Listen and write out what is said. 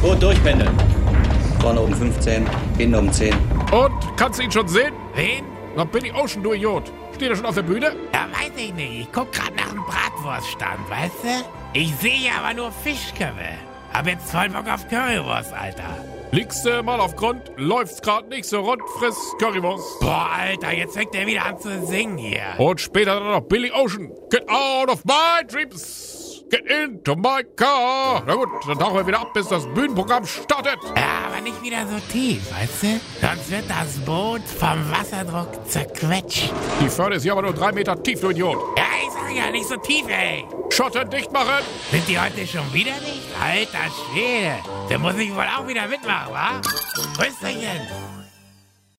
gut durchpendeln. Vorne um 15, hinten um 10. Und, kannst du ihn schon sehen? Wen? Noch bin ich auch schon, du Idiot. Steht er schon auf der Bühne? Ja, weiß ich nicht. Ich guck grad nach einem Bratwurststand, weißt du? Ich sehe aber nur Fischköpfe. Hab jetzt voll Bock auf Currywurst, Alter. Liegst du mal auf Grund, läufst grad nicht so rund, friss Currywurst. Boah, Alter, jetzt fängt er wieder an zu singen hier. Und später dann noch Billy Ocean. Get out of my dreams. Get into my car. Na gut, dann tauchen wir wieder ab, bis das Bühnenprogramm startet. Ja, aber nicht wieder so tief, weißt du? Sonst wird das Boot vom Wasserdruck zerquetscht. Die Förde ist hier aber nur drei Meter tief, du Idiot. Ja, ich sag ja, nicht so tief, ey. Schotten dicht machen. Sind die heute schon wieder nicht? Alter Schwede. Da muss ich wohl auch wieder mitmachen, wa? Grüß dich, Jens.